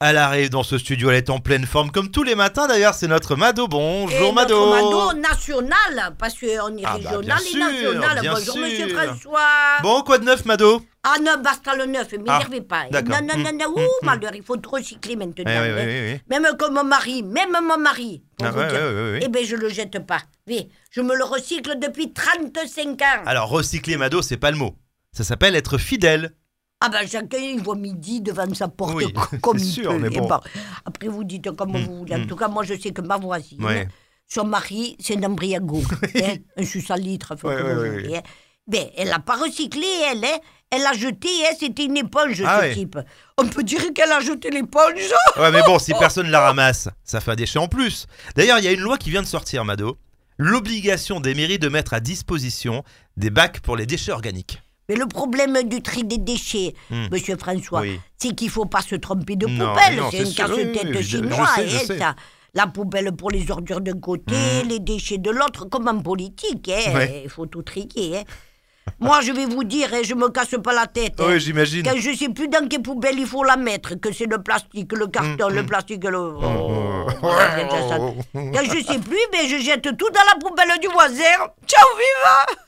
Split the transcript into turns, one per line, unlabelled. Elle arrive dans ce studio, elle est en pleine forme, comme tous les matins d'ailleurs, c'est notre Mado. Bonjour
et
Mado.
notre Mado national, parce qu'on est
Ah bah,
régional
bien
et
sûr,
national.
bien
Bonjour
sûr.
Monsieur François.
Bon, quoi de neuf Mado
Ah non, basta le neuf, m'énervez pas. hein.
d'accord. Mm.
Non, non, non, non, ouh, malheur, il faut te recycler maintenant.
Eh oui,
hein.
oui, oui, oui.
Même que mon mari, même mon mari, pour
Ah,
vous
ouais,
dire.
ouais, ouais, ouais.
eh bien je le jette pas. Oui, je me le recycle depuis 35 ans.
Alors recycler Mado, c'est pas le mot. Ça s'appelle être fidèle.
Ah ben chacun, il voit midi devant sa porte
Oui,
co- comme
c'est
il
sûr,
peut.
mais
Et
bon.
Après, vous dites comme
Mm,
vous voulez. En
mm.
tout cas, moi, je sais que ma voisine,
Ouais.
son mari, c'est un embriago. hein, un suce à litre, faut
Ouais,
que
ouais,
vous
ouais,
voulez, hein. Ben, elle n'a pas recyclé, elle, hein. Elle a jeté, hein, c'était une éponge,
Ah
ce
ouais.
type. On peut dire qu'elle a jeté l'éponge.
Ouais, mais bon, si personne la ramasse, ça fait un déchet en plus. D'ailleurs, il y a une loi qui vient de sortir Mado, l'obligation des mairies de mettre à disposition des bacs pour les déchets organiques.
Mais le problème du tri des déchets,
Mm.
monsieur François,
Oui.
c'est qu'il faut pas se tromper de
Non,
poubelle.
non,
C'est
c'est
une
sûr. Oui,
casse-tête
oui, oui, je- je
chinoise,
sais, je
hein,
sais. Hmm.
ça. La poubelle pour les ordures d'un côté, les déchets de l'autre, comme en politique. hein, Il
Ouais.
faut tout trier. hein. Moi, je vais vous dire, hein, je me casse pas la tête. hein.
Oui, j'imagine.
Quand je sais plus dans quelle poubelle il faut la mettre, que c'est le plastique, le carton,
Hmm,
le plastique, le... Oh, ben, ça, ça. Quand je sais plus, mais je jette tout dans la poubelle du voisin. Ciao, viva